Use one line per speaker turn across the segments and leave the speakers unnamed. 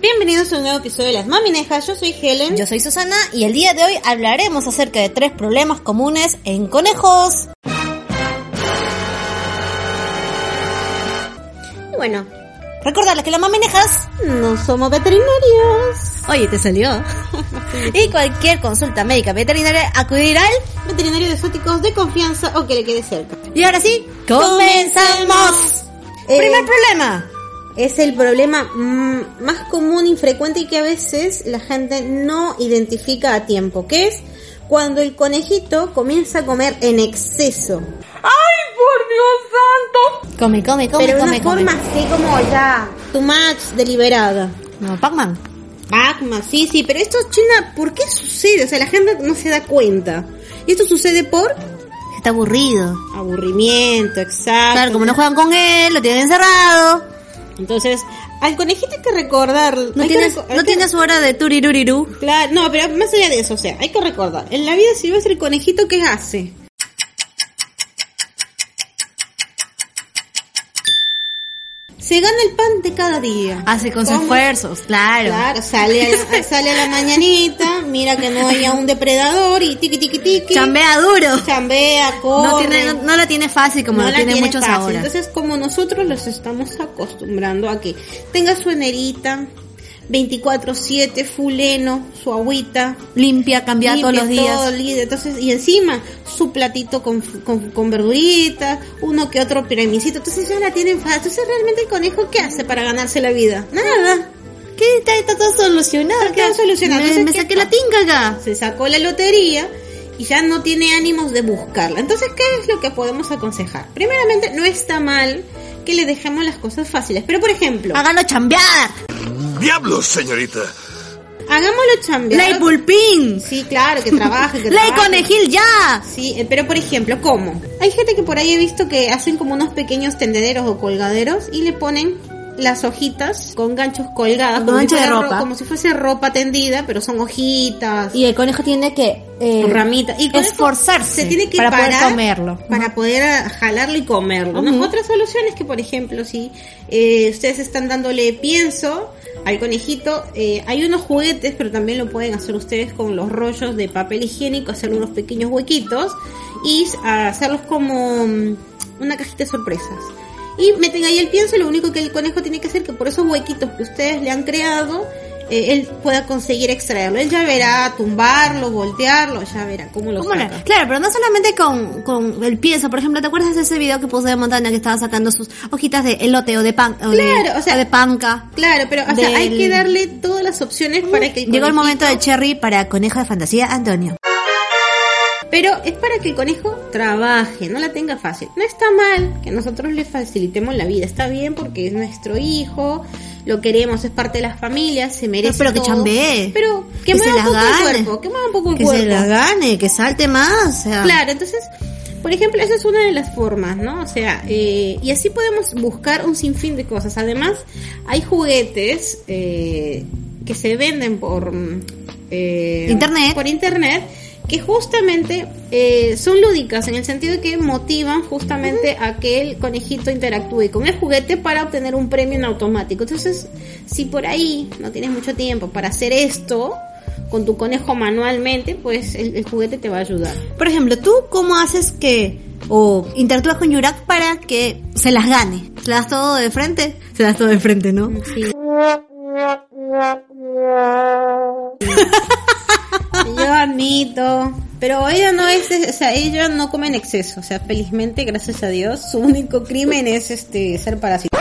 Bienvenidos a un nuevo episodio de Las Maminejas, yo soy Helen.
Yo soy Susana y el día de hoy hablaremos acerca de tres problemas comunes en conejos.
Y bueno,
Recordarles que las maminejas...
no somos veterinarios.
Oye, te salió. y cualquier consulta médica veterinaria acudir al...
Veterinarios exóticos de confianza o que le quede cerca.
Y ahora sí, comenzamos.
Eh,
Primer problema.
Es el problema mm, más común, infrecuente y que a veces la gente no identifica a tiempo, que es cuando el conejito comienza a comer en exceso.
Come, come, come,
pero de
come,
una
come.
forma así como ya, too much, deliberada.
No, Pac-Man.
Acma, sí, sí, pero esto, China, ¿por qué sucede? O sea, la gente no se da cuenta. Y esto sucede por
Está aburrido.
aburrimiento, exacto.
Claro, como no juegan con él, lo tienen encerrado.
Entonces, al conejito hay que recordar.
No
hay que
tiene,
reco- hay
no
que-
tiene su hora de turirurirú.
Claro, no, pero más allá de eso, o sea, hay que recordar. En la vida silvestre el conejito, ¿qué hace? Se gana el pan de cada día.
Hace Ah, con sus
Come.
esfuerzos, claro.
Claro, sale a, la, sale a la mañanita, mira que no haya un depredador y tiqui tiqui tiqui.
Chambea duro.
chambea, corre.
No, tiene, no, no la tiene fácil como
No
lo
la
tiene
tiene
muchos
fácil.
ahora.
Entonces, como nosotros los estamos acostumbrando a que tenga su enerita, 24-7, fuleno, su agüita.
Limpia, cambia
limpia
todos los días.
todo, li- entonces, y encima, su platito con, con, con verdurita, uno que otro piramicito. Entonces, ya la tienen fácil. Entonces, realmente el conejo, ¿qué hace para ganarse la vida? Nada.
¿Qué? Está, está todo solucionado.
Está todo
acá.
solucionado.
Me,
Entonces,
me
¿qué
saqué la tinga acá.
Se sacó la lotería y ya no tiene ánimos de buscarla. Entonces, ¿qué es lo que podemos aconsejar? Primeramente, no está mal que le dejemos las cosas fáciles. Pero, por ejemplo,
Háganlo chambear.
¡Diablos, señorita!
hagámoslo chambear.
Ley pulpín.
Sí, claro, que trabaje, que
Ley
trabaje.
conejil ya.
Sí, eh, pero por ejemplo, ¿cómo? Hay gente que por ahí he visto que hacen como unos pequeños tendederos o colgaderos y le ponen las hojitas con ganchos colgadas.
Con
como si
gancho de
fuera ro-
ropa.
Como si fuese ropa tendida, pero son hojitas.
el conejo tiene que
con ramitas. y con eso
esforzarse
se tiene que
para poder
parar
comerlo.
para poder ah, jalarlo y comerlo ¿no?
Ujú.
otra solución es que por ejemplo si eh, ustedes están dándole pienso al conejito eh, hay unos juguetes pero también lo pueden hacer ustedes con los rollos de papel higiénico hacer unos pequeños huequitos y s- hacerlos como mm, una cajita de sorpresas y meten ahí el pienso lo único que el conejo tiene que hacer que por esos huequitos que ustedes le han creado eh, él pueda conseguir extraerlo. Él ya verá tumbarlo, voltearlo, ya verá cómo lo
¿Cómo la-
saca.
Claro, pero no solamente con, con el pienso. Por ejemplo, ¿te acuerdas de ese video que puse de Montana que estaba sacando sus hojitas de elote o de pan? o de-
Claro, o sea-
de panca.
Claro, pero o sea,
Del-
hay que darle todas las opciones para que el
Llegó el
conejo-
momento de Cherry para Conejo de Fantasía Antonio.
Pero es para que el conejo trabaje, no la tenga fácil. No está mal que nosotros le facilitemos la vida, está bien porque es nuestro hijo, lo queremos, es parte de la familia, se merece
pero que
todo.
chambee.
Pero que,
Que se
mueva un
las
poco el
gane.
cuerpo, que mueva un poco el
Que
cuerpo.
se la gane, que salte más. o sea.
Claro, entonces, por ejemplo, esa es una de las formas, ¿no? O sea, eh, y así podemos buscar un sinfín de cosas. Además, hay juguetes eh, que se venden por mm, eh,
Internet.
por internet que justamente eh, son lúdicas en el sentido de que motivan justamente a que el conejito interactúe con el juguete para obtener un premio en automático. Entonces, si por ahí no tienes mucho tiempo para hacer esto con tu conejo manualmente, pues el- el juguete te va a ayudar.
Por ejemplo, ¿tú cómo haces que o interactúas con Yurak para que se las gane? ¿Se las das todo de frente? Se las das todo de frente, ¿no?
Sí. Yo admito. Pero ella no es, o sea, ella no come en exceso. O sea, felizmente, gracias a Dios, su único crimen es este ser parásito.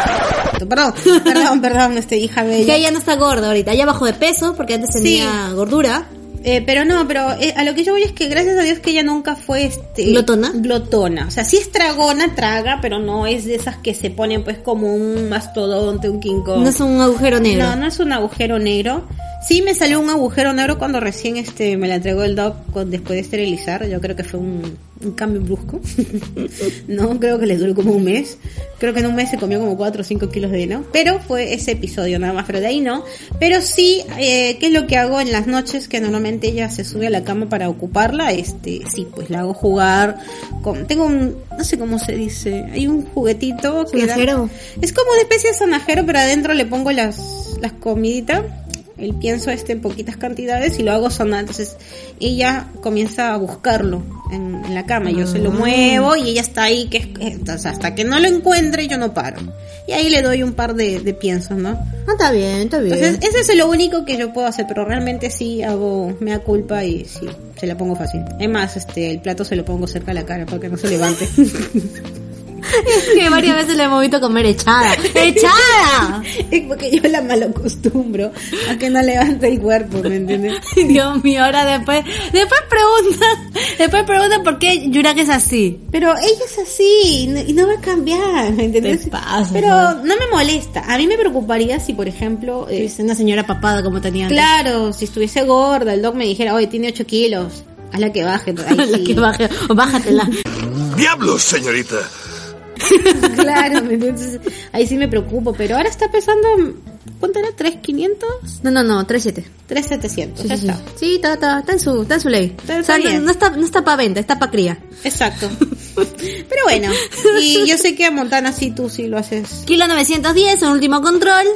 Perdón, perdón, perdón, este hija
Que
bella.
ella no está gorda ahorita, ella bajó de peso porque antes
Sí.
tenía gordura.
Eh, pero no, pero eh, a lo que yo voy es que gracias a Dios que ella nunca fue este,
¿Glotona?
glotona. O sea, sí es tragona, traga, pero no es de esas que se ponen pues como un mastodonte, un King Kong.
No es un agujero negro.
No, no es un agujero negro. Sí me salió un agujero negro cuando recién este me la entregó el doc con- después de esterilizar. Yo creo que fue un, un cambio brusco. no, creo que le duró como un mes. Creo que en un mes se comió como 4 o 5 kilos de heno. Pero fue ese episodio nada más, pero de ahí no. Pero sí, eh, ¿qué es lo que hago en las noches? Que normalmente ella se sube a la cama para ocuparla. Este, sí, pues la hago jugar. Con, tengo un, no sé cómo se dice, hay un juguetito que da-
¿Sonajero?
es como una especie de sonajero, pero adentro le pongo las, las comiditas, el pienso este en poquitas cantidades y lo hago sonar. Entonces ella comienza a buscarlo en, en la cama. Yo se lo muevo y ella está ahí, que es- entonces hasta que no lo encuentre yo no paro. Y ahí le doy un par de, de piensos, ¿no?
Ah, está bien, está bien.
Entonces eso es lo único que yo puedo hacer, pero realmente sí hago mea culpa y sí, se la pongo fácil. Es más, este, el plato se lo pongo cerca de la cara para que no se levante.
que varias veces le hemos visto comer echada. ¡Echada!
Es porque yo la malacostumbro a que no levante el cuerpo, ¿me entiendes?
Dios mío, ahora después, después pregunta, después pregunta por qué Yurak es así.
Pero ella es así y no, y no va a cambiar, ¿me entiendes?
Te pasas,
Pero
¿no?
no me molesta. A mí me preocuparía si, por ejemplo, eh,
Es una señora papada como tenía antes.
claro, si estuviese gorda, el doc me dijera, oye, tiene 8 kilos, haz la que baje. Ahí
La
sí.
que baje, o bájatela.
¡Diablos, señorita!
Claro, ¿me entiendes? ahí sí me preocupo. Pero ahora está pesando, ¿cuánto era? ¿3,500?
No, no, no, 3-7.
3,700.
Sí,
ya
sí, sí.
está.
Sí, está, está, está en su, está en su ley.
Está-
O sea,
está
no,
bien.
no está, no está para venta, está para cría.
Exacto. Pero bueno, y yo sé que a Montana sí tú sí lo haces
Kilo 910, un último control.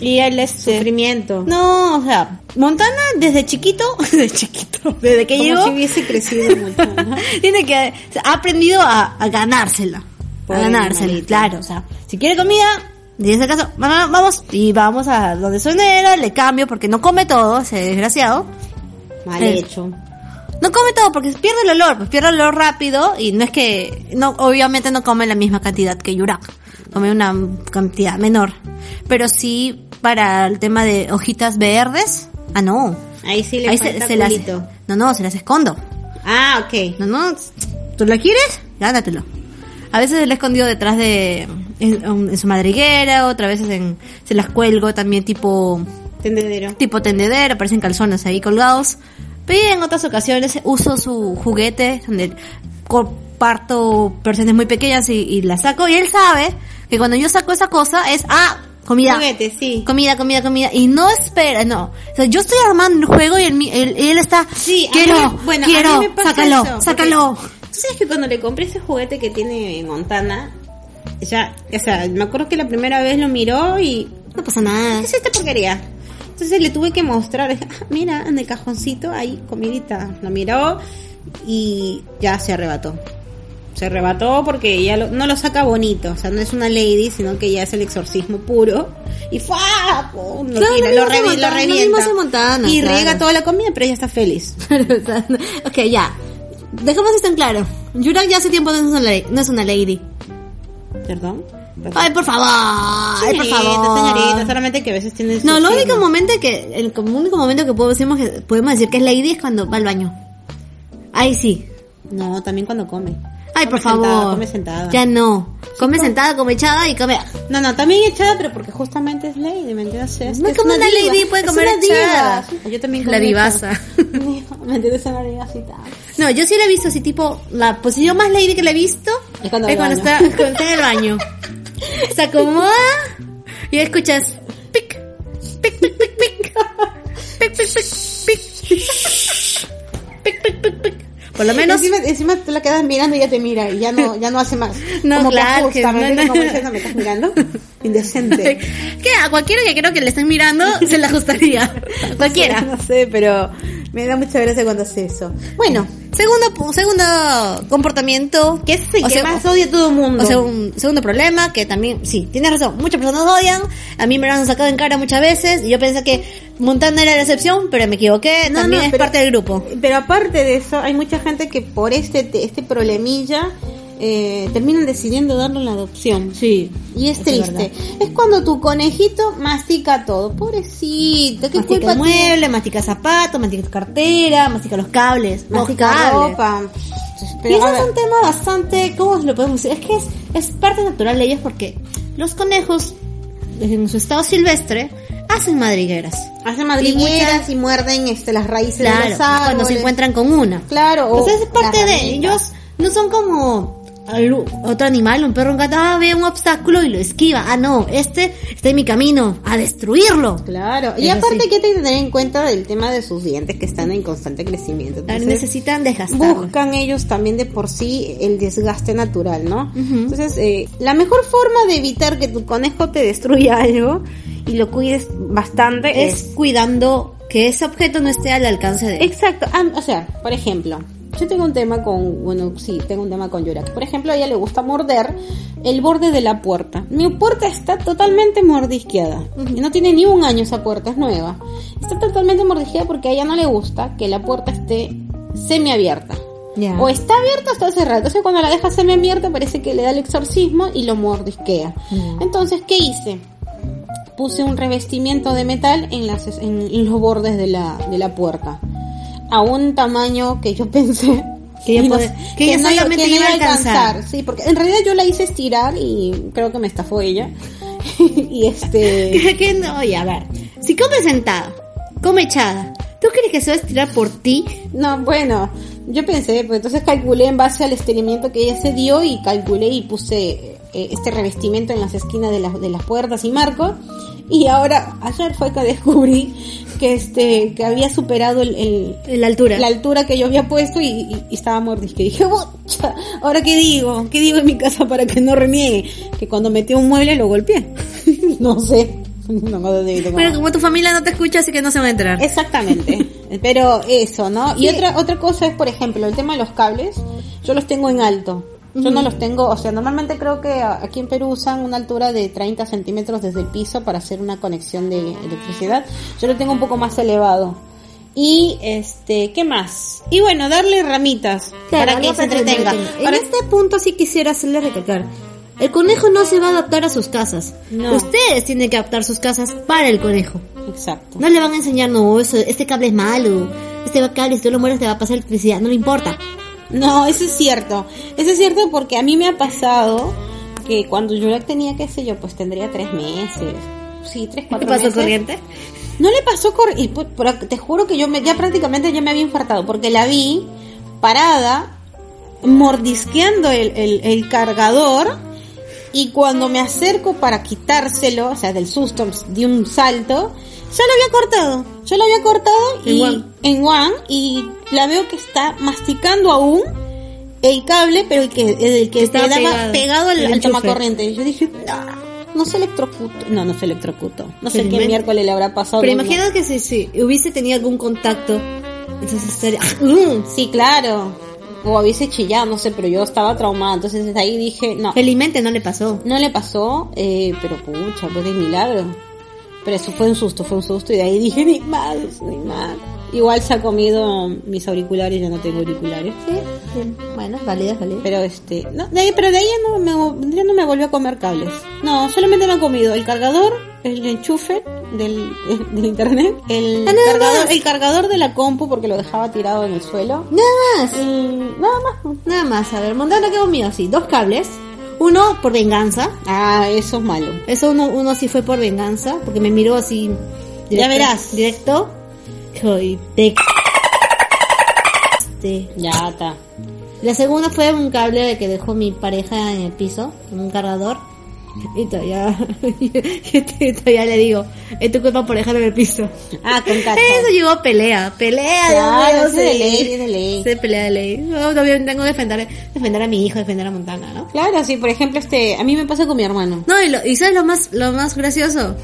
Y el este, sufrimiento.
No, o sea, Montana desde chiquito, desde chiquito, desde que
Como
llegó,
si hubiese crecido mucho. ¿no?
tiene que, ha aprendido a, a ganársela.
Pobre
a ganársela,
animalito.
claro, o sea, si quiere comida, en ese caso, mamá, vamos, y vamos a donde sonera, le cambio porque no come todo, ese desgraciado.
Mal
Eh.
hecho.
No come todo porque pierde el olor, pues pierde el olor rápido y no es que, no, obviamente no come la misma cantidad que Yurak, come una cantidad menor, pero sí para el tema de hojitas verdes, ah no,
Ahí sí le
ahí se,
falta
se las,
culito.
no no, se las escondo,
Ah, ok.
no no, ¿tú la quieres? Gánatelo. A veces se la he escondido detrás de, en, en su madriguera, otras veces en, se las cuelgo también tipo,
Tendedero.
tipo tendedero, aparecen calzones ahí colgados. Pero en otras ocasiones uso su juguete donde comparto personas muy pequeñas y, y la saco. Y él sabe que cuando yo saco esa cosa es, ah, comida.
Juguete, sí.
Comida, comida, comida. Y no espera, no. O sea, yo estoy armando el juego y él, mi- él, él está,
Sí, a
quiero,
mí- bueno, a
quiero,
mí me pasa
sácalo,
eso, porque-
sácalo.
¿Tú sabes que cuando le compré ese juguete que tiene Montana, ya, o sea, me acuerdo que la primera vez lo miró y
No pasa nada.
¿qué es esta porquería? Entonces le tuve que mostrar, dije, "Ah, mira, en el cajoncito hay comidita. Lo miró y ya se arrebató. Se arrebató porque ya lo- no lo saca bonito, o sea, no es una lady, sino que ya es el exorcismo puro. Y ¡fua! ¡Pum! Lo,
Claro,
tira,
lo
lo,
mismo
revi- lo
hace Montana, lo mismo
revienta.
hace Montana,
y
claro.
riega toda la comida, pero ella está feliz.
ok, ya. Dejemos esto en claro. Yurak ya hace tiempo no es una, la- no es una lady.
¿Perdón? Perdón.
Ay, por favor. Ay, por
Señorita,
favor.
señorita, solamente que a veces tiene
No,
su
lo único
signo.
momento que, el com- único momento que podemos, podemos decir que es lady es cuando va al baño. Ahí sí.
No, también cuando come.
Ay,
Come
por
sentada,
favor.
come sentada. pues.
Ya no. Come sentada, come echada y come.
No, no, también echada, pero porque justamente es lady, ¿me entiendes? Es,
No
es
como una
diva,
lady puede
es
comer
una diva.
echada.
Yo también
La
comí
divasa.
echada. ¿Me entiendes? Una divasita.
No, yo sí la he visto así tipo, la posición más lady que la he visto
Es cuando va al baño.
está, cuando está en el baño. Se acomoda y escuchas pic, pic, pic, pic, pic, pic, pic, pic, pic, pic, pic, pic, pic. Por lo menos
Encima, encima tú la quedas mirando y ya te mira y ya no, ya no hace más.
No,
como
claro
Que
que
ajusta, ¿me
no,
entiendes?
no.
Como diciendo, me estás mirando. Indecente.
que a cualquiera que creo que le estén mirando se la ajustaría. Cualquiera.
No sé, pero me da mucha gracia cuando hace eso. Bueno,
Segundo, pu- segundo comportamiento
que es el
O
que
sea,
más odia todo el mundo.
O sea, un segundo problema que también, sí, tienes razón, muchas personas odian, a mí me lo han sacado en cara muchas veces, y yo pensé que Montana era la excepción, pero me equivoqué,
No,
también
no,
es
pero-
parte del grupo.
Pero aparte de eso, hay mucha gente que por este, te- este problemilla eh, terminan decidiendo darle la adopción.
Sí.
Y es
Eso es
triste. Es, cuando tu conejito mastica todo. Pobrecito, ¿qué
Mastica
culpa
el
tiene?
mueble, mastica zapatos, mastica cartera, mastica los cables,
Los
mastica
cables.
ropa.
Pero,
y
a
ese es
ver,
un tema bastante, ¿cómo lo podemos decir? Es que es, es parte natural de ellos porque los conejos, en su estado silvestre, hacen madrigueras.
Hacen madrigueras y, muerden este, las raíces de
Claro,
los árboles.
cuando se encuentran con una.
Claro, o
Entonces es parte
las
de
ramitas.
ellos, no son como al- otro animal, un perro, un gato, ah, ve un obstáculo y lo esquiva. Ah, no, este está en mi camino, a destruirlo.
Claro, y
Eso
aparte
sí.
que hay que tener en cuenta del tema de sus dientes que están en constante crecimiento.
Claro,
Entonces,
necesitan desgastarlo.
buscan ellos también de por sí el desgaste natural, ¿no?
Ujú.
Entonces, eh, la mejor forma de evitar que tu conejo te destruya algo y lo cuides bastante
Es
es...
cuidando que ese objeto no esté al alcance de
Exacto, Ah, o sea, por ejemplo, yo tengo un tema con, bueno, sí, tengo un tema con Yurak. Por ejemplo, a ella le gusta morder el borde de la puerta. Mi puerta está totalmente mordisqueada. Y No tiene ni un año esa puerta, es nueva. Está totalmente mordisqueada porque a ella no le gusta que la puerta esté semiabierta.
Ya.
O está abierta o está cerrada. Entonces cuando la deja semiabierta parece que le da el exorcismo y lo mordisquea.
Ya.
Entonces, ¿qué hice? Puse un revestimiento de metal en, las, en, en los bordes de la, de la puerta. A un tamaño que yo pensé
Que ella
y
puede- que ella
iba-
solamente
que no
iba a alcanzar.
Sí, porque en realidad yo la hice estirar y creo que me estafó ella. y este...
que no, oye, a ver. Si come sentada, come echada, ¿tú crees que se va a estirar por ti?
No, bueno, yo pensé, pues entonces calculé en base al estiramiento que ella se dio y calculé y puse eh, este revestimiento en las esquinas de, las de las puertas y marco. Y ahora, ayer fue que descubrí que este que había superado el, el-
En la altura.
la altura que yo había puesto y, y- y estaba mordisque. Dije, "Bucha, ¿ahora qué digo? ¿Qué digo en mi casa para que no reniegue? Que cuando metí un mueble lo golpeé. no sé. No, no, no, no.
Bueno, como tu familia no te escucha, así que no se van a enterar.
Exactamente. Pero eso, ¿no? Y otra otra cosa es, por ejemplo, el tema de los cables. Yo los tengo en alto. Yo no los tengo, o sea, normalmente creo que a- aquí en Perú usan una altura de 30 centímetros desde el piso para hacer una conexión de electricidad. Yo lo tengo un poco más elevado. Y, este, ¿qué más? Y bueno, darle ramitas para que se entretenga.
En
Para-
este punto sí quisiera hacerle recalcar. El conejo no se va a adaptar a sus casas.
No.
Ustedes tienen que adaptar sus casas para el conejo.
Exacto.
No le van a enseñar, no, eso, este cable es malo. Este cable, si tú lo mueres, te va a pasar electricidad. No le importa.
No, eso es cierto. Eso es cierto porque a mí me ha pasado que cuando yo tenía, qué sé yo, pues tendría tres meses. Sí, tres,
¿Qué
cuatro
pasó
meses.
corriente?
No le pasó corriente. Te juro que yo me, ya prácticamente ya me había infartado porque la vi parada, mordisqueando el, el- el cargador. Y cuando me acerco para quitárselo, o sea, del susto, de un salto, ya lo había cortado. Yo lo había cortado
En
y
Juan.
en Juan y la veo que está masticando aún el cable, pero el que, el que
Estaba
quedaba
pegado.
pegado, al,
El
al
enchufe.
tomacorriente. Y yo dije, no, no se electrocutó. No, no se electrocutó. No sé qué
Felizmente.
miércoles le habrá pasado.
Pero
no, no.
imagínate que si, si hubiese tenido algún contacto, entonces estaría... Mm.
Sí, claro. O hubiese chillado, no sé, pero yo estaba traumada. Entonces desde ahí dije, no,
Felizmente no le pasó.
no le pasó, eh, pero pucha, pues de milagro. Pero eso fue un susto, fue un susto. Y de ahí dije, ni más, ni más. Igual se ha comido mis auriculares, yo no tengo auriculares.
Bueno, válida, válida.
Pero este, no, de ahí, pero de ahí ya no me, ya no me volvió a comer cables. No, solamente me ha comido el cargador, el enchufe del, del internet, el
Ah, nada
cargador,
más.
el cargador de la compu porque lo dejaba tirado en el suelo.
Nada más.
Y nada más.
Nada más. A ver, Montana quedó mío así. Dos cables. Uno por venganza.
Ah, eso es malo.
Eso uno, uno sí fue por venganza, porque me miró así.
Ya verás.
Directo. Joy, te- Este.
Ya está.
La segunda fue un cable que dejó mi pareja en el piso, en un cargador. Y todavía, y este, todavía le digo, es tu culpa por dejarlo en el piso.
Ah, con cacha.
Eso llegó a pelea, pelea,
Claro,
Dios
ese
mío,
de
sí.
ley, ese de ley.
Ese de pelea de ley. No, todavía tengo que defender, defender a mi hijo, defender a Montana, ¿no?
Claro, sí, por ejemplo, este, a mí me pasa con mi hermano.
No, y, lo, y ¿sabes lo más, lo más gracioso?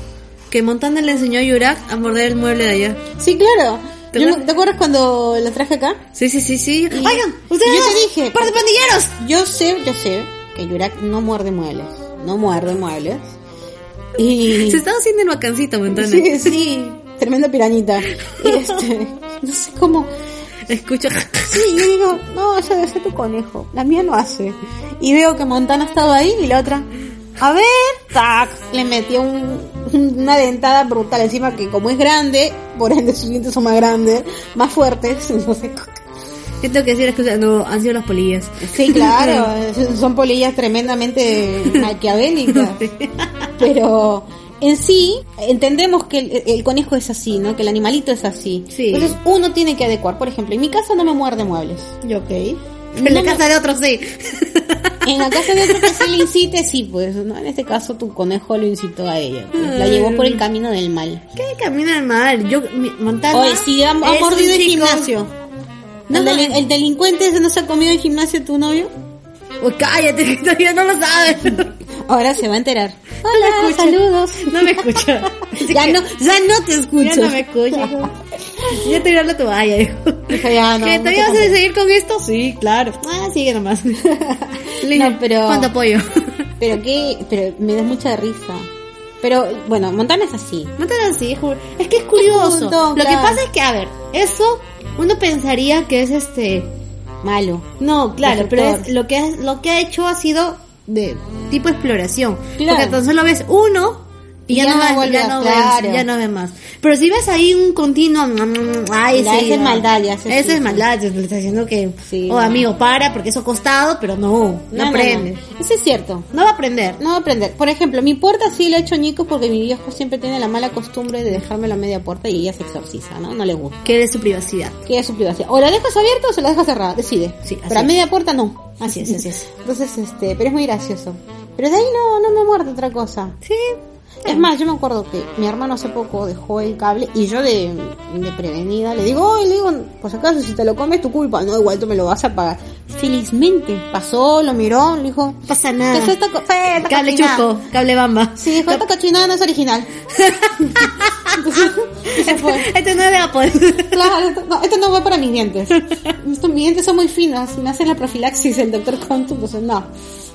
Que Montana le enseñó a Yurak a morder el mueble de allá.
Sí, claro.
¿Te
Yo no-
acuerdas?
¿Te acuerdas cuando la traje acá?
Sí, sí, sí, sí.
Y-
Oigan,
yo
ustedes
te
dos,
dije,
¡Par de
porque-
pandilleros!
Yo sé, yo sé que Yurak no muerde muebles. No muerde muebles. Y.
Se estaba haciendo el vacancito, Montana.
Sí, sí, tremenda pirañita. Y este, no sé cómo. Escucho.
Sí, yo digo, no, ya debe ser tu conejo. La mía no hace. Y veo que Montana estaba ahí y la otra, a ver, tac,
Le metió un- una dentada brutal encima que como es grande, por ende sus dientes son más grandes, más fuertes. Entonces,
Yo tengo que decir las cosas, no, han sido las polillas.
sí, claro, son polillas tremendamente maquiavélicas. Pero en sí, entendemos que el, el conejo es así, ¿no? Que el animalito es así.
Sí.
Entonces uno tiene que adecuar. Por ejemplo, en mi casa no me muerde muebles.
ok.
No
En la
me-
casa de otros sí.
En la casa de otro que sí le incite, sí, pues, ¿no? En este caso tu conejo lo incitó a ella. pues,
Mm.
La llevó por el camino del mal.
¿Qué camina mal? Yo, mi- Montana.
Oye, sí, ha, ha
es un
mordido el
chico-
gimnasio.
No,
el,
no,
delin- el delincuente ese no se ha comido el gimnasio de tu novio.
Uy, cállate, que todavía no lo sabes.
Ahora se va a enterar.
hola,
escucha.
saludos.
No me escucha.
Ya no, ya no te escucho.
Ya no me escucha. Ya estoy dando toalla, hijo.
Dijo, ya no,
¿Que
no
todavía
te
vas a
conté.
seguir con esto? Sí, claro.
Ah, sigue nomás.
Lindo.
no, pero.
¿Cuánto apoyo?
Pero qué. Pero me das mucha risa. Pero bueno, Montana es así.
Montana sí, ju- es que es curioso.
un montón,
Lo que
claro.
pasa es que, a ver, eso uno pensaría que es este...
Malo.
No, claro, pero
Desertor.
es- lo que es- lo que ha hecho ha sido de tipo exploración.
Claro.
Porque tan solo ves uno y ya,
Ya
no,
no
más,
vuelve
ya
a-
no
claro.
ves, ya no ves más. Pero si ves ahí un continuo, mm, mm, ay,
Ya,
sí,
esa es
ah,
maldad, ya, sí,
esa
sí,
es
sí.
maldad, ya le está diciendo que,
Sí,
oh
no.
amigo, para porque eso ha costado, pero no, no, aprende. No,
Eso es cierto.
va a aprender.
No va a aprender. Por ejemplo, mi puerta sí la he hecho ñicos porque mi viejo siempre tiene la mala costumbre de dejarme la media puerta y ella se exorciza, ¿no? No le gusta.
Que de su privacidad.
Que es su privacidad. O la dejas abierta o se la dejas cerrada, decide.
Sí, así
pero a
es.
media puerta no.
Así es, así es.
Entonces, este, pero es muy gracioso. Pero de ahí no, no me muerde otra cosa.
Sí.
Es más, yo me acuerdo que mi hermano hace poco dejó el cable y yo de, de prevenida le digo, "Oye", le digo, por si acaso si te lo comes es tu culpa, no, igual tú me lo vas a pagar. Felizmente pasó, lo miró, le dijo,
Pasa
¿qué
nada.
es esta, co- fe- esta
Ah. Cable
cochinada?".
chuco, cable bamba.
Sí, dijo, esta cochinada no es original. Entonces, y se fue.
Este no es de Apple.
Claro, esto no, esto no va para mis dientes. Estos- mis dientes son muy finos. Me hacen la profilaxis el doctor Conto, entonces no.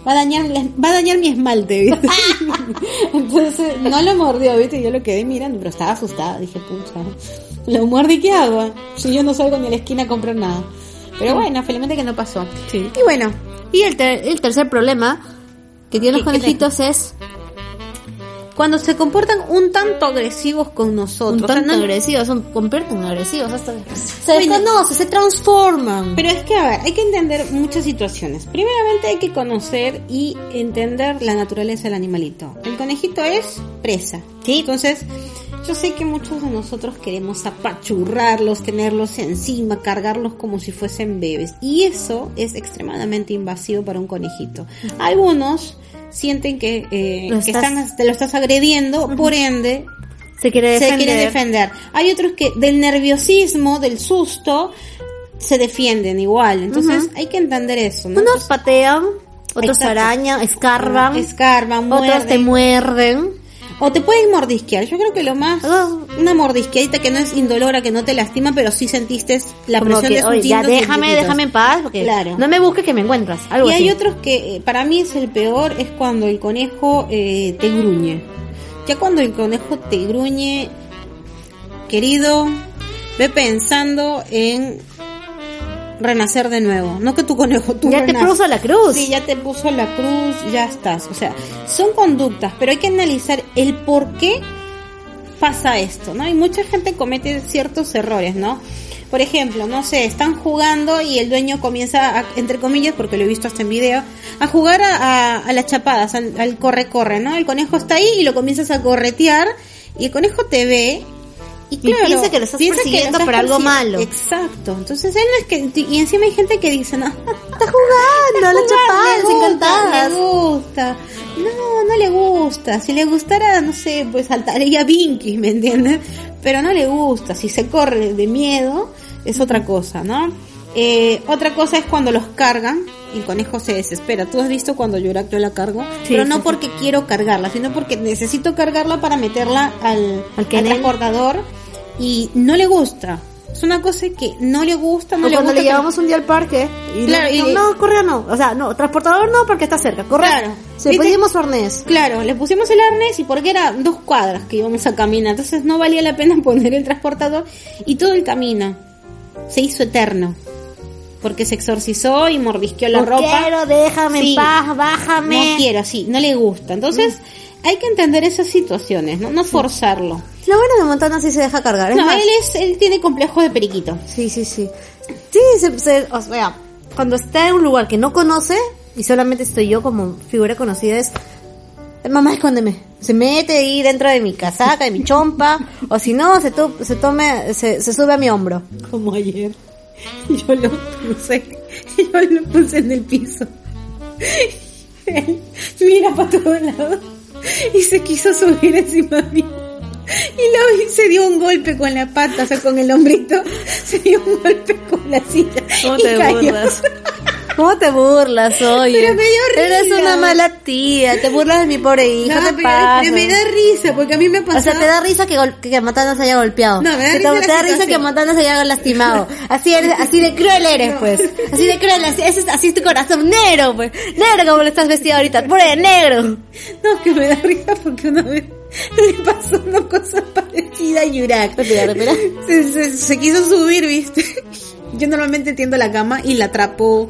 Va a dañar, va a dañar mi esmalte, ¿viste? Entonces no lo mordió, ¿viste? Yo lo quedé mirando, pero estaba asustada. Dije, pucha, ¿lo muerde y qué hago? Si yo no salgo ni a la esquina a comprar nada. Pero bueno, felizmente que no pasó.
Sí.
Y bueno,
Y el, ter- el tercer problema que tienen los
¿Qué- qué
conejitos es
cuando se comportan un tanto agresivos con
un
nosotros, o sea,
tanto
no-
agresivos, son convierten en agresivos hasta se
Bueno.
desconoce, se transforman.
Pero es que, a ver, hay que entender muchas situaciones. Primeramente hay que conocer y entender la naturaleza del animalito. El conejito es presa. Sí. Entonces, yo sé que muchos de nosotros queremos apachurrarlos, tenerlos encima, cargarlos como si fuesen bebés. Y eso es extremadamente invasivo para un conejito. Algunos sienten que, eh,
Lo
que
estás-
están, te lo estás agrediendo, por ende
se quiere
se quieren defender. Hay otros que del nerviosismo, del susto, se defienden igual. Entonces hay que entender eso, ¿no?
Unos patean, otros
Exacto.
arañan, escarban,
Escarban,
otros te
muerden.
muerden.
o te pueden mordisquear. Yo creo que lo más...
Ah.
Una mordisqueadita que no es indolora, que no te lastima, pero sí sentiste la
Como
presión
que,
de sus
"Oye, ya
dientes
déjame,
chiquititos".
déjame en paz, porque
Claro.
no me busques que me encuentras. Algo
Y hay
así.
otros que eh, para mí es el peor, es cuando el conejo eh, te gruñe. Ya cuando el conejo te gruñe, querido, ve pensando en renacer de nuevo. No que tu conejo, tú
ya te
renaces.
cruzo la cruz.
Sí, ya te puso la cruz, ya estás. O sea, son conductas, pero hay que analizar el por qué pasa esto, ¿no? Y mucha gente comete ciertos errores, ¿no? Por ejemplo, no sé, están jugando y el dueño comienza, a- entre comillas, porque lo he visto hasta en video, a jugar a, a- a las chapadas, al al corre-corre, ¿no? El conejo está ahí y lo comienzas a corretear y el conejo te ve y,
Y
claro,
piensa que lo estás
piensa que
persiguiendo
estás
por algo
persigui-
malo.
Exacto. Entonces, él no es que, y encima hay gente que dice, no,
está
Ah,
jugando, la chapada,
le
las
gusta,
encantadas.
Le gusta. No, no le gusta. Si le gustara, no sé, pues saltaría Vinky, ¿me entiendes? Pero no le gusta. Si se corre de miedo, es otra cosa, ¿no? Eh, otra cosa es cuando los cargan y el conejo se desespera. Tú has visto cuando Yurak yo la cargo, pero no
sí, sí.
porque quiero cargarla, sino porque necesito cargarla para meterla al,
Al
al
kennel.
transportador y no le gusta. Es una cosa que no le gusta, no
O
le
cuando
gusta.
le
que-
llevamos un día al parque y,
Claro,
no,
y-
no, correo no, o sea, no, transportador no porque está cerca, correo.
Claro.
Se
¿Viste?
pedimos arnés.
Claro, le pusimos el arnés y porque era dos cuadras que íbamos a caminar, entonces no valía la pena poner el transportador y todo el camino. se hizo eterno. Porque se exorcizó y mordisqueó la
No
ropa.
quiero, déjame
Sí.
en paz, bájame.
No quiero, sí, no le gusta. Entonces, hay que entender esas situaciones, ¿no? No forzarlo.
Lo bueno de Montana sí se deja cargar. es
No,
más-
él es, él tiene complejos de periquito.
Sí, sí, sí. Sí, se- se- o sea, cuando está en un lugar que no conoce y solamente estoy yo como figura conocida es mamá escóndeme. Se mete ahí dentro de mi casaca, de mi chompa, o si no, se, to- se tome, se, se sube a mi hombro.
Como ayer. Yo lo puse, yo lo puse en el piso. Él mira para todos lados y se quiso subir encima mío. Y lo vi, se dio un golpe con la pata, o sea, con el hombrito. Se dio un golpe con la silla.
¿Cómo
y
te
cayó.
burlas?
¿Cómo te burlas, oye?
Pero me dio
Eres
risa.
una mala tía, te burlas de mi pobre hija,
No,
te
pero,
pasas.
pero me da risa, porque a mí me ha pasado.
O sea, te da risa que, gol- que, que Montana se haya golpeado.
No, me da risa
Que te,
la
te da risa
situación.
que Montana se haya lastimado. Así eres, así de cruel eres, pues. Así de cruel, así, ese es, así es tu corazón negro, pues. Negro como lo estás vestido ahorita, por el negro.
No, que me da risa porque una vez le pasó una cosa parecida a Yurak.
Respira, respira.
Se, se- se quiso subir, ¿viste? Yo normalmente tiendo la cama y la atrapo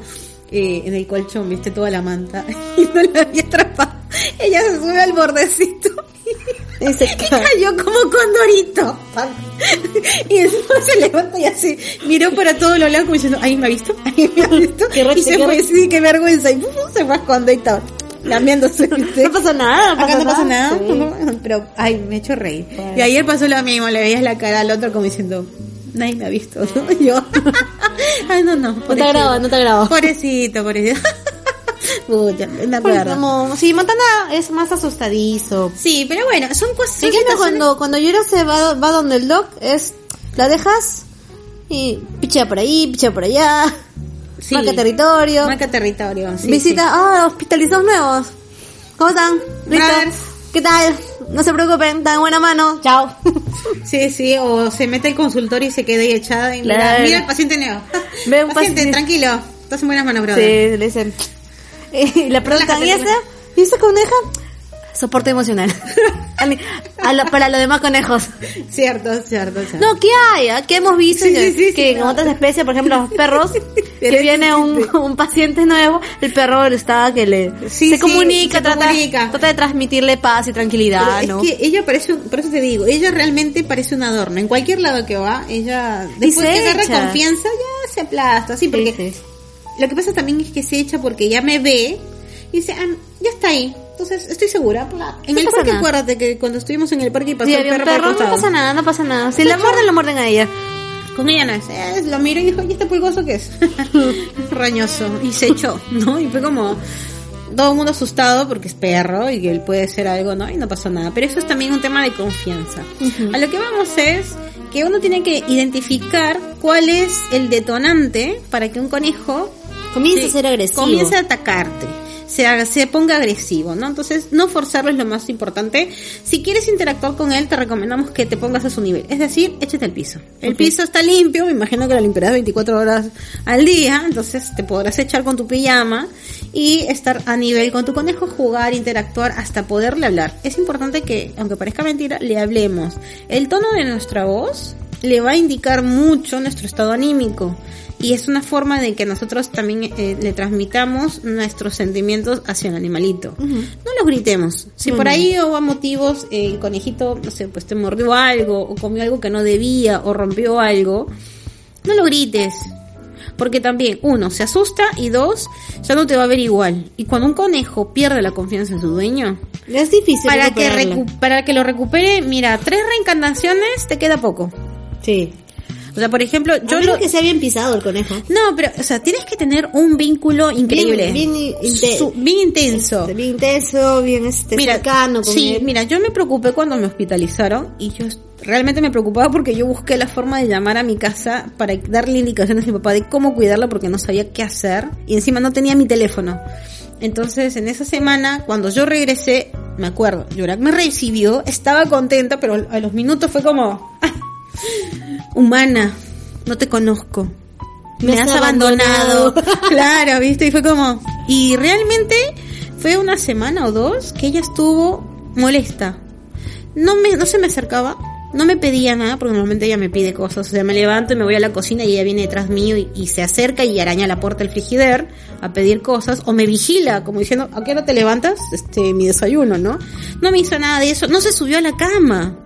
eh, en el colchón, ¿viste? Toda la manta. Y no la había atrapado. Ella se sube al bordecito
Y se
y cayó como condorito. Y después se levanta y así miró para todos los lados como diciendo, ¿alguien me ha visto? ¿Alguien me ha visto?
Qué
y
racha,
se
qué
fue
racha.
así, qué vergüenza. Y ¡pum! se fue a esconder y todo. Lamiéndose, ¿viste?
No pasa nada, no
Acá no pasa nada,
sí.
¿no? pero ay, me he hecho reír. Y ayer pasó lo mismo, le veías la cara al otro como diciendo, nadie me ha visto, ¿no? Y Yo, ay, no, no,
No te grabo, no te grabo.
pobrecito, pobrecito. Pucha, me
Porque
acuerdo.
Como, sí, Montana es más asustadizo.
Sí, pero bueno, son cosas. son
¿Qué no,
situaciones-
cuando, cuando Yura se va, va donde el doc es, la dejas y pichea por ahí, pichea por allá,
Sí.
marca territorio.
Marca territorio, sí,
Visita,
sí.
ah, hospitalizados nuevos. ¿Cómo están?
Brothers.
¿Listos? ¿Qué tal? No se preocupen, tan buena mano. Chao.
Sí, sí, o se mete al consultorio y se queda ahí echada y mira,
Claro.
mira el paciente nuevo.
Ve
paciente,
un paciente.
tranquilo, estás en buenas manos, brother.
le dicen. Y le preguntan,
Relájate,
Eh, ¿y esa?
relájate.
¿Y esa coneja? Soporte emocional. A mí- a lo- para los demás conejos.
Cierto, cierto, cierto.
No, ¿qué hay? ah? ¿Qué hemos visto?
Sí,
que
sí, sí,
que
sí,
en
no.
otras especies, por ejemplo, los perros, que
Pero
viene un, un paciente nuevo, el perro le está que le
Sí,
se
sí,
comunica,
se
trata,
comunica.
trata de transmitirle paz y
Pero
tranquilidad, ¿no?
Es que ella parece, un- por eso te digo, ella realmente parece un adorno. En cualquier lado que va, ella después
se
que agarra
echa.
confianza ya se aplasta, así porque
Sí, sí.
lo que pasa también es que se echa porque ya me ve y dice, ah, ya está ahí. Entonces estoy segura. En
No
el
pasa
parque,
nada.
acuérdate que cuando estuvimos en el parque y pasó
Sí,
el
había un
perro, por el
Pues perro, no
costado.
pasa nada, no pasa nada. Si la muerden, la muerden a ella.
Con ella no es. Eh, lo miro y dijo, ¿y este pulgoso qué es? Rañoso. Y se echó, ¿no? Y fue como todo el mundo asustado porque es perro y que él puede ser algo, ¿no? Y no pasó nada. Pero eso es también un tema de confianza. A lo que vamos es que uno tiene que identificar cuál es el detonante para que un conejo
Comienza
te-
a ser agresivo.
comience a atacarte. Se, haga- se ponga agresivo, ¿no? Entonces, no forzarlo es lo más importante. Si quieres interactuar con él, te recomendamos que te pongas a su nivel. Es decir, échate al piso. El piso está limpio, me imagino que lo limpiarás 24 horas al día, entonces te podrás echar con tu pijama y estar a nivel con tu conejo, jugar, interactuar, hasta poderle hablar. Es importante que, aunque parezca mentira, le hablemos. El tono de nuestra voz le va a indicar mucho nuestro estado anímico y es una forma de que nosotros también eh, le transmitamos nuestros sentimientos hacia el animalito. No los gritemos. Si por ahí hubo motivos, eh, el conejito, no sé, pues te mordió algo o comió algo que no debía o rompió algo, no lo grites. Porque también, uno, se asusta y dos, ya no te va a ver igual. Y cuando un conejo pierde la confianza en su dueño,
Es difícil
para que,
recuperarla.
recu- para que lo recupere, mira, tres reencarnaciones te queda poco.
Sí.
O sea, por ejemplo,
Yo
yo lo,
que sea bien pisado el conejo.
no, pero, o sea, tienes que tener un vínculo increíble.
bien inte-
Su- bien intenso.
Bien intenso, bien este, cercano con
sí,
él.
mira, yo me preocupé cuando me hospitalizaron y yo realmente me preocupaba porque yo busqué la forma de llamar a mi casa para darle indicaciones a mi papá de cómo cuidarla porque no sabía qué hacer y encima no tenía mi teléfono. Entonces, en esa semana, cuando yo regresé, me acuerdo, Yorak me recibió, estaba contenta, pero a los minutos fue como, "Ah, humana, no te conozco. Me, has abandonado. claro, viste, y fue como... Y realmente fue una semana o dos que ella estuvo molesta. No, me, no se me acercaba, No me pedía nada porque normalmente ella me pide cosas. O sea, me levanto y me voy a la cocina y ella viene detrás mío y, y se acerca y araña la puerta del frigider a pedir cosas o me vigila como diciendo, ¿a qué hora te levantas? Este, mi desayuno, ¿no? No me hizo nada de eso. No se subió a la cama.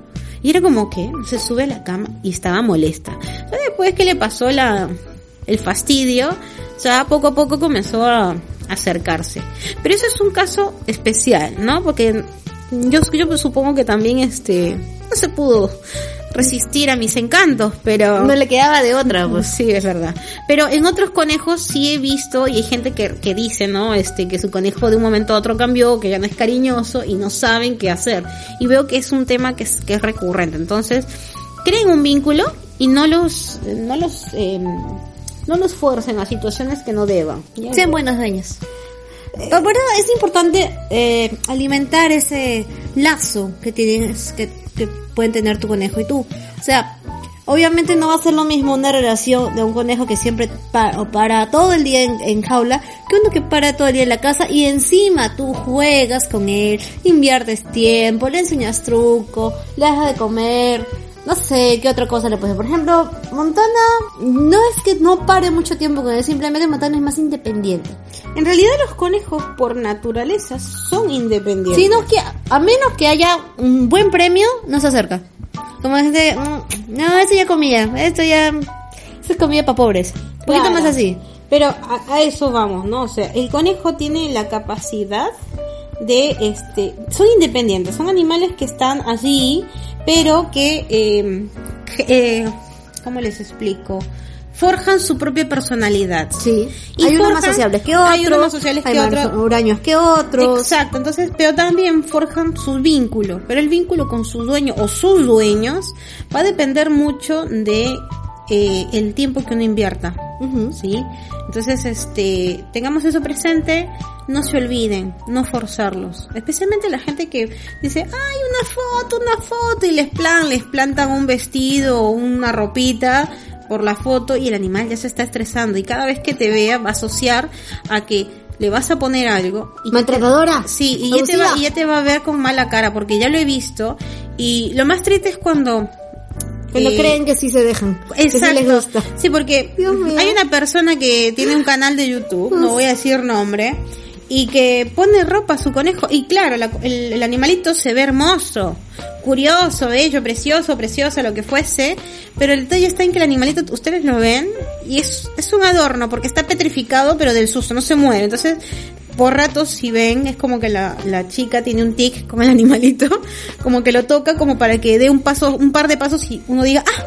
Y era como que se sube a la cama y estaba molesta. Ya después que le pasó la, el fastidio, ya poco a poco comenzó a acercarse. Pero eso es un caso especial, ¿no? Porque yo, yo supongo que también este no se pudo resistir a mis encantos, pero...
No le quedaba de otra, pues.
Sí, es verdad. Pero en otros conejos sí he visto, y hay gente que, que dice, ¿no? Este, que su conejo de un momento a otro cambió, que ya no es cariñoso y no saben qué hacer. Y veo que es un tema que es, que es recurrente. Entonces, creen un vínculo y no los, no los, eh, no los fuercen a situaciones que no deban. Ya
Sean buenos dueños. Pero bueno, es importante eh, alimentar ese lazo que tienes, que, que pueden tener tu conejo y tú. O sea, obviamente no va a ser lo mismo una relación de un conejo que siempre pa- o para todo el día en, en jaula que uno que para todo el día en la casa y encima tú juegas con él, inviertes tiempo, le enseñas truco, le dejas de comer. No sé qué otra cosa le puedes. Por ejemplo, Montana no es que no pare mucho tiempo con él, simplemente Montana es más independiente.
En realidad los conejos por naturaleza son independientes.
Sino que a menos que haya un buen premio, no se acerca. Como es de, mm, no, esto ya comía, esto ya, esto es comida para pobres. Un poquito
Claro.
más así.
Pero a, a eso vamos, ¿no? O sea, el conejo tiene la capacidad de, este, son independientes, son animales que están allí, pero que, eh, que, eh, ¿cómo les explico? Forjan su propia personalidad.
Sí.
Y
hay unos
forjan-
más sociables que otros.
hay unos más sociales
hay
que
más
otros.
huraños que otros.
Exacto, entonces, pero también forjan sus vínculos, pero el vínculo con su dueño o sus dueños va a depender mucho de eh, el tiempo que uno invierta,
Ujú.
¿sí? Entonces, este, tengamos eso presente, no se olviden, no forzarlos, especialmente la gente que dice, ay, una foto, una foto, y les, plan, les plantan un vestido o una ropita por la foto y el animal ya se está estresando y cada vez que te vea va a asociar a que le vas a poner algo y
Maltratadora.
Sí, y ya, te va, y ya te va a ver con mala cara, porque ya lo he visto. Y lo más triste es cuando...
Cuando
eh,
creen que sí se dejan. Que sí les
Exacto.
gusta.
Sí, porque
Dios mío.
hay una persona que tiene un canal de YouTube, no voy a decir nombre, y que pone ropa a su conejo. Y claro, la- el, el animalito se ve hermoso, curioso, bello, precioso, preciosa, lo que fuese, pero el detalle está en que el animalito, ustedes lo ven, y es, es un adorno, porque está petrificado, pero del susto, no se mueve. Entonces, por ratos, si ven, es como que la, la chica tiene un tic con el animalito, como que lo toca como para que dé un paso, un par de pasos y uno diga, ah,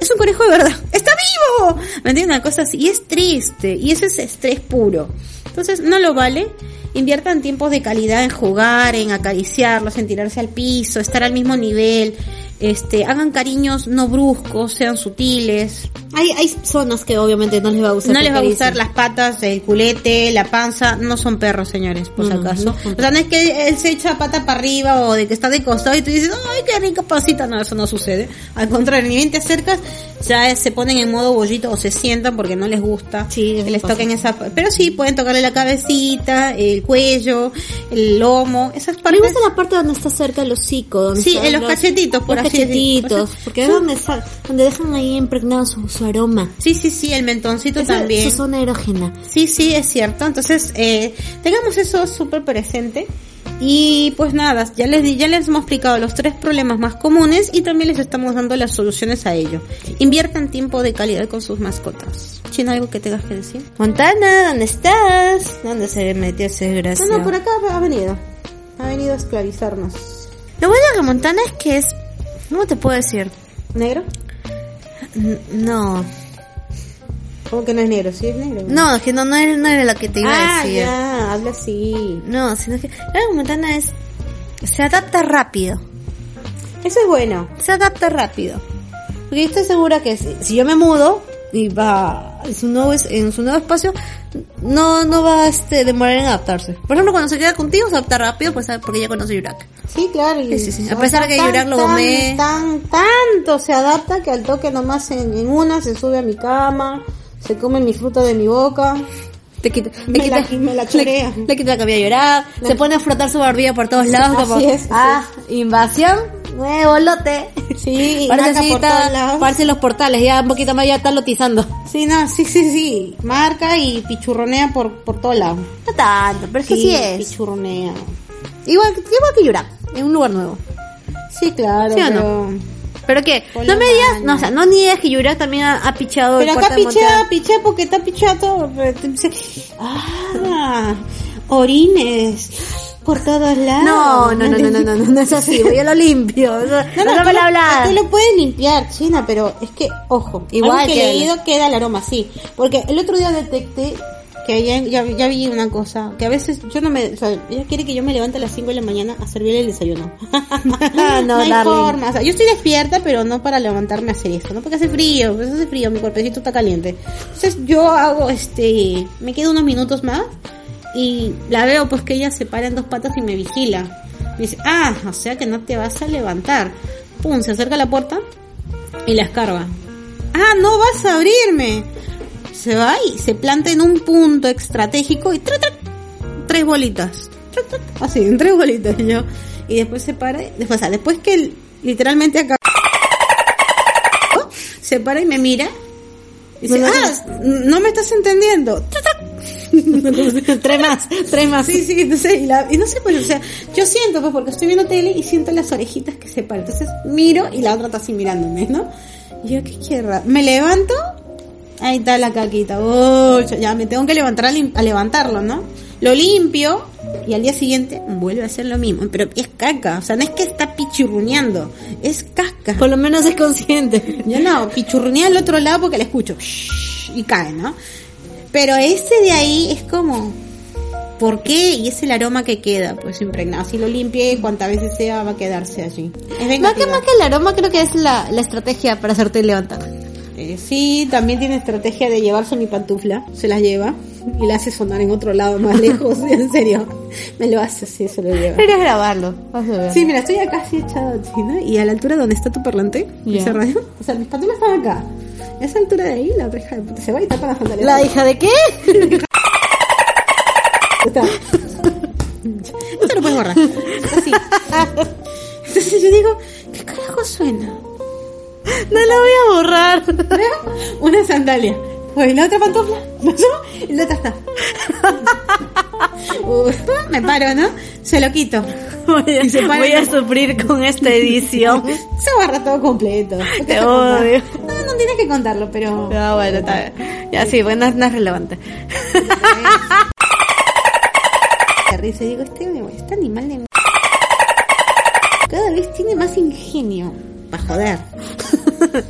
es un conejo de verdad. ¡Está vivo! ¿Me entiendes? Una cosa así. Y es triste. Y eso es estrés puro. Entonces, no lo vale. Inviertan tiempos de calidad en jugar, en acariciarlos, en tirarse al piso, estar al mismo nivel. Este, hagan cariños no bruscos, sean sutiles.
Hay, hay zonas que obviamente no les va a gustar.
No
que
les va a
acaricien.
gustar las patas, el culete, la panza. No son perros, señores, por si
No,
acaso.
no
o sea, no es que él se echa pata para arriba o de que está de costado y tú dices, ¡ay, qué rica pancita! No, eso no sucede. Al contrario, ni bien te acercas, ya se ponen en modo bollito o se sientan porque no les gusta
Sí,
que
eso
les
pasa.
toquen esa... Pero sí, pueden tocarle la cabecita, el cuello, el lomo, esas
A mí
partes...
me gusta la parte donde está cerca el hocico. Donde
Sí,
están
en los cachetitos, por
los
así decir. O
cachetitos.
sea,
Porque es donde, está- donde dejan ahí impregnado su, su aroma.
Sí, sí, sí, el mentoncito
Esa-
también.
Su zona erógena.
Sí, sí, es cierto. Entonces, eh, tengamos eso súper presente. Y pues nada, ya les, di- ya les hemos explicado los tres problemas más comunes y también les estamos dando las soluciones a ello. Inviertan tiempo de calidad con sus mascotas. ¿Tiene algo que tengas que decir?
Montana, ¿dónde estás? ¿Dónde se metió ese desgraciado?
No, no, por acá ha venido. Ha venido a esclavizarnos.
Lo bueno que Montana es que es... ¿Cómo te puedo decir?
¿Negro?
N- No.
¿Cómo que no es negro? Sí, es negro.
No, es que no, no era, no era lo que te iba a
ah,
decir.
ya, habla así.
No, sino que... Claro, Montana es... Se adapta rápido.
Eso es bueno.
se adapta rápido. Porque yo estoy segura que si, si yo me mudo y va en su nuevo, es- en su nuevo espacio, no, no va a este, demorar en adaptarse. Por ejemplo, cuando se queda contigo se adapta rápido pues, porque ya conoce Yurak.
Sí, claro. y-
Sí, sí, sí. A pesar de que Yurak lo gomé.
Tan, tanto se adapta que al toque nomás en, en una se sube a mi cama, se come mi fruta de mi boca.
Te quita, le
Me la-
quita-
me la chorea.
le, le quita la cabeza a Yurak, se pone a frotar su barbilla por todos lados.
Así
como,
es, así
ah, invasión huevolote.
Sí, y
Parece
marca
así,
por
está-
todos lados.
parece los portales, ya un poquito más ya está lotizando.
Sí, no, sí, sí, sí. Marca y pichurronea por, por todo lado.
No tanto, pero es que sí es.
Pichurronea.
Igual, igual que Yura, en un lugar nuevo.
Sí, claro.
¿Sí o
pero...
no? ¿Pero qué?
Con
No
la
me digas,
mano.
no, o sea, no niegues que Yura también ha, ha pichado
Pero
el
acá
cuarto de
pichea,
Montreal.
pichea porque está pichado. Ah, orines por todos lados.
No, no, no, no, no, no, no, no es así, voy a lo limpio. o sea,
No, no,
no
tú,
me la
lo,
hablas.
tú lo puedes limpiar, China, pero es que, ojo,
Igual
igual que
queda
he
el-
leído queda el aroma, sí. Porque el otro día detecté que ya, ya, ya vi una cosa, que a veces yo no me, o sea, ella quiere que yo me levante a las 5 de la mañana a servirle el desayuno.
Ah, no,
no hay
darling.
forma, o sea, yo estoy despierta, pero no para levantarme a hacer esto, ¿no? Porque hace frío, pues hace frío, mi cuerpecito está caliente. Entonces yo hago, este, me quedo unos minutos más y la veo pues que ella se para en dos patas y me vigila. Me dice, ah, o sea que no te vas a levantar. Pum, se acerca a la puerta y la escarba. Ah, no vas a abrirme. Se va y se planta en un punto estratégico y tra, tra, tres bolitas. Tra, tra, tra, Así, en tres bolitas y yo. Y después se para, y- después, o sea, después que él literalmente acá se para y me mira. Y dice,
No, no,
ah, no me estás entendiendo. Tra, tra,
tres más, tres más.
Sí, sí, entonces, y, la- y no sé, pues, o sea, yo siento, pues, porque estoy viendo tele y siento las orejitas que se paran. Entonces, miro y la otra está así mirándome, ¿no? Y yo, qué quiera. Me levanto, ahí está la caquita. Oh, yo- ya me tengo que levantar a, lim- a levantarlo, ¿no? Lo limpio y al día siguiente vuelve a hacer lo mismo. Pero es caca, o sea, no es que está pichurruñando, es casca.
Por lo menos es consciente.
Yo no, pichurrunea al otro lado porque la escucho. shhh, Y cae, ¿no? Pero ese de ahí es como. ¿Por qué? Y es el aroma que queda, pues impregnado. Si lo limpie, cuantas veces sea, va a quedarse allí. Es
Más que,
vengativa.
más que el aroma, creo que es la, la estrategia para hacerte levantar.
Eh, sí, también tiene estrategia de llevarse mi pantufla. Se la lleva y la hace sonar en otro lado más lejos. en serio. Me lo hace así, se lo lleva.
Deberías grabarlo. Vas a ver.
Sí, mira, estoy acá así echada así, ¿no? Y a la altura donde está tu parlante,
Ya.
ese radio, o sea, mis pantuflas están acá. A esa altura de ahí, la otra hija de puta se va y tapa las pantaletas.
¿La hija de qué?
Está. Esto lo puedes borrar. Así. Entonces yo digo, ¿qué carajo suena?
No la voy a borrar.
Veo Una sandalia. Oye, la otra pantufla. ¿No? Y la otra está. Uf, me paro, ¿no? Se lo quito.
Voy
Y se
a,
para-
voy a sufrir con esta edición.
Se borra todo completo. Este No
Te
que contar.
odio.
No, no tienes que contarlo, pero.
Ah, bueno, está bien. Ya sí, bueno, no, no es relevante.
de risa y digo, este, me- este animal de m- cada vez tiene más ingenio para joder.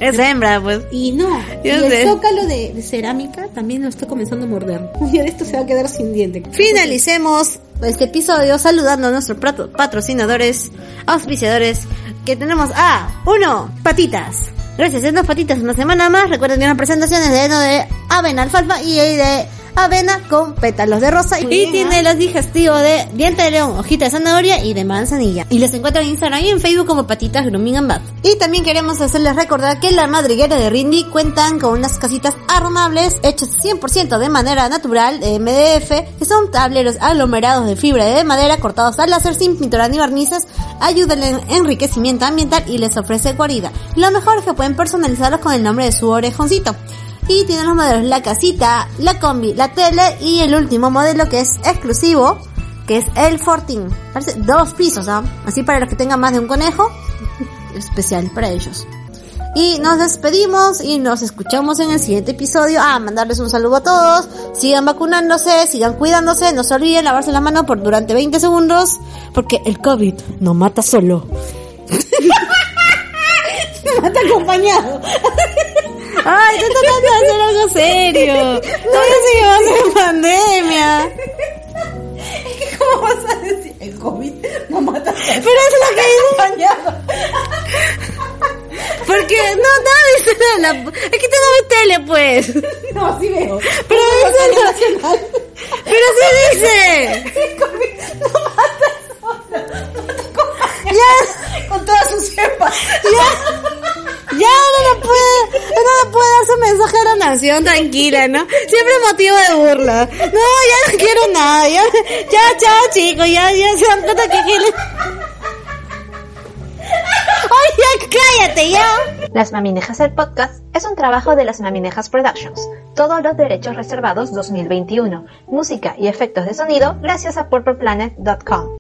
Es hembra, pues.
Y no, y
Ya
el
sé.
zócalo de, de cerámica también lo está comenzando a morder. Un día de esto se va a quedar sin diente.
Finalicemos este episodio saludando a nuestros prato- patrocinadores, auspiciadores, que tenemos a uno, Patitas. Gracias a dos patitas una semana más. Recuerden que las presentaciones de heno de avena alfalfa y de avena con pétalos de rosa.
Muy
y
bien,
tiene
¿ah?
los digestivos de diente de león, hojita de zanahoria y de manzanilla. Y los encuentran en Instagram y en Facebook como Patitas Grooming and Bath. Y también queremos hacerles recordar que la madriguera de Rindy cuentan con unas casitas armables hechas 100% de manera natural de MDF, que son tableros aglomerados de fibra de madera cortados al láser sin pintura ni barnices, ayudan en enriquecimiento ambiental y les ofrece guarida. Lo mejor es que pueden personalizarlos con el nombre de su orejoncito. Y tienen los modelos la casita, la combi, la tele y el último modelo que es exclusivo, que es el Fortin. Parece dos pisos, ¿ah? Así para los que tengan más de un conejo, especial para ellos. Y nos despedimos y nos escuchamos en el siguiente episodio. Ah, mandarles un saludo a todos. Sigan vacunándose, sigan cuidándose. No se olviden lavarse la mano por durante 20 segundos. Porque el COVID no mata solo.
Está acompañado.
Ay, estoy tratando de hacer algo serio. Todavía seguimos en pandemia.
¿Cómo vas a decir? El COVID no mata
Pero es lo que dice.
acompañado.
Porque no, no, dice la... Es que tengo mi tele, pues.
No, sí veo.
Pero
Pero
dice...
nacional.
Pero sí dice. Ya...
Con todas sus cepas.
ya, ya no le puede, no le puede dar su mensaje a la nación tranquila, ¿no? Siempre motivo de burla. No, ya no quiero nada, ya, ya, chao chicos, ya, ya se dan cuenta que aquí le-
ya cállate ya.
Las Maminejas el podcast es un trabajo de las Maminejas Productions. Todos los derechos reservados 2021. Música y efectos de sonido gracias a purpleplanet.com.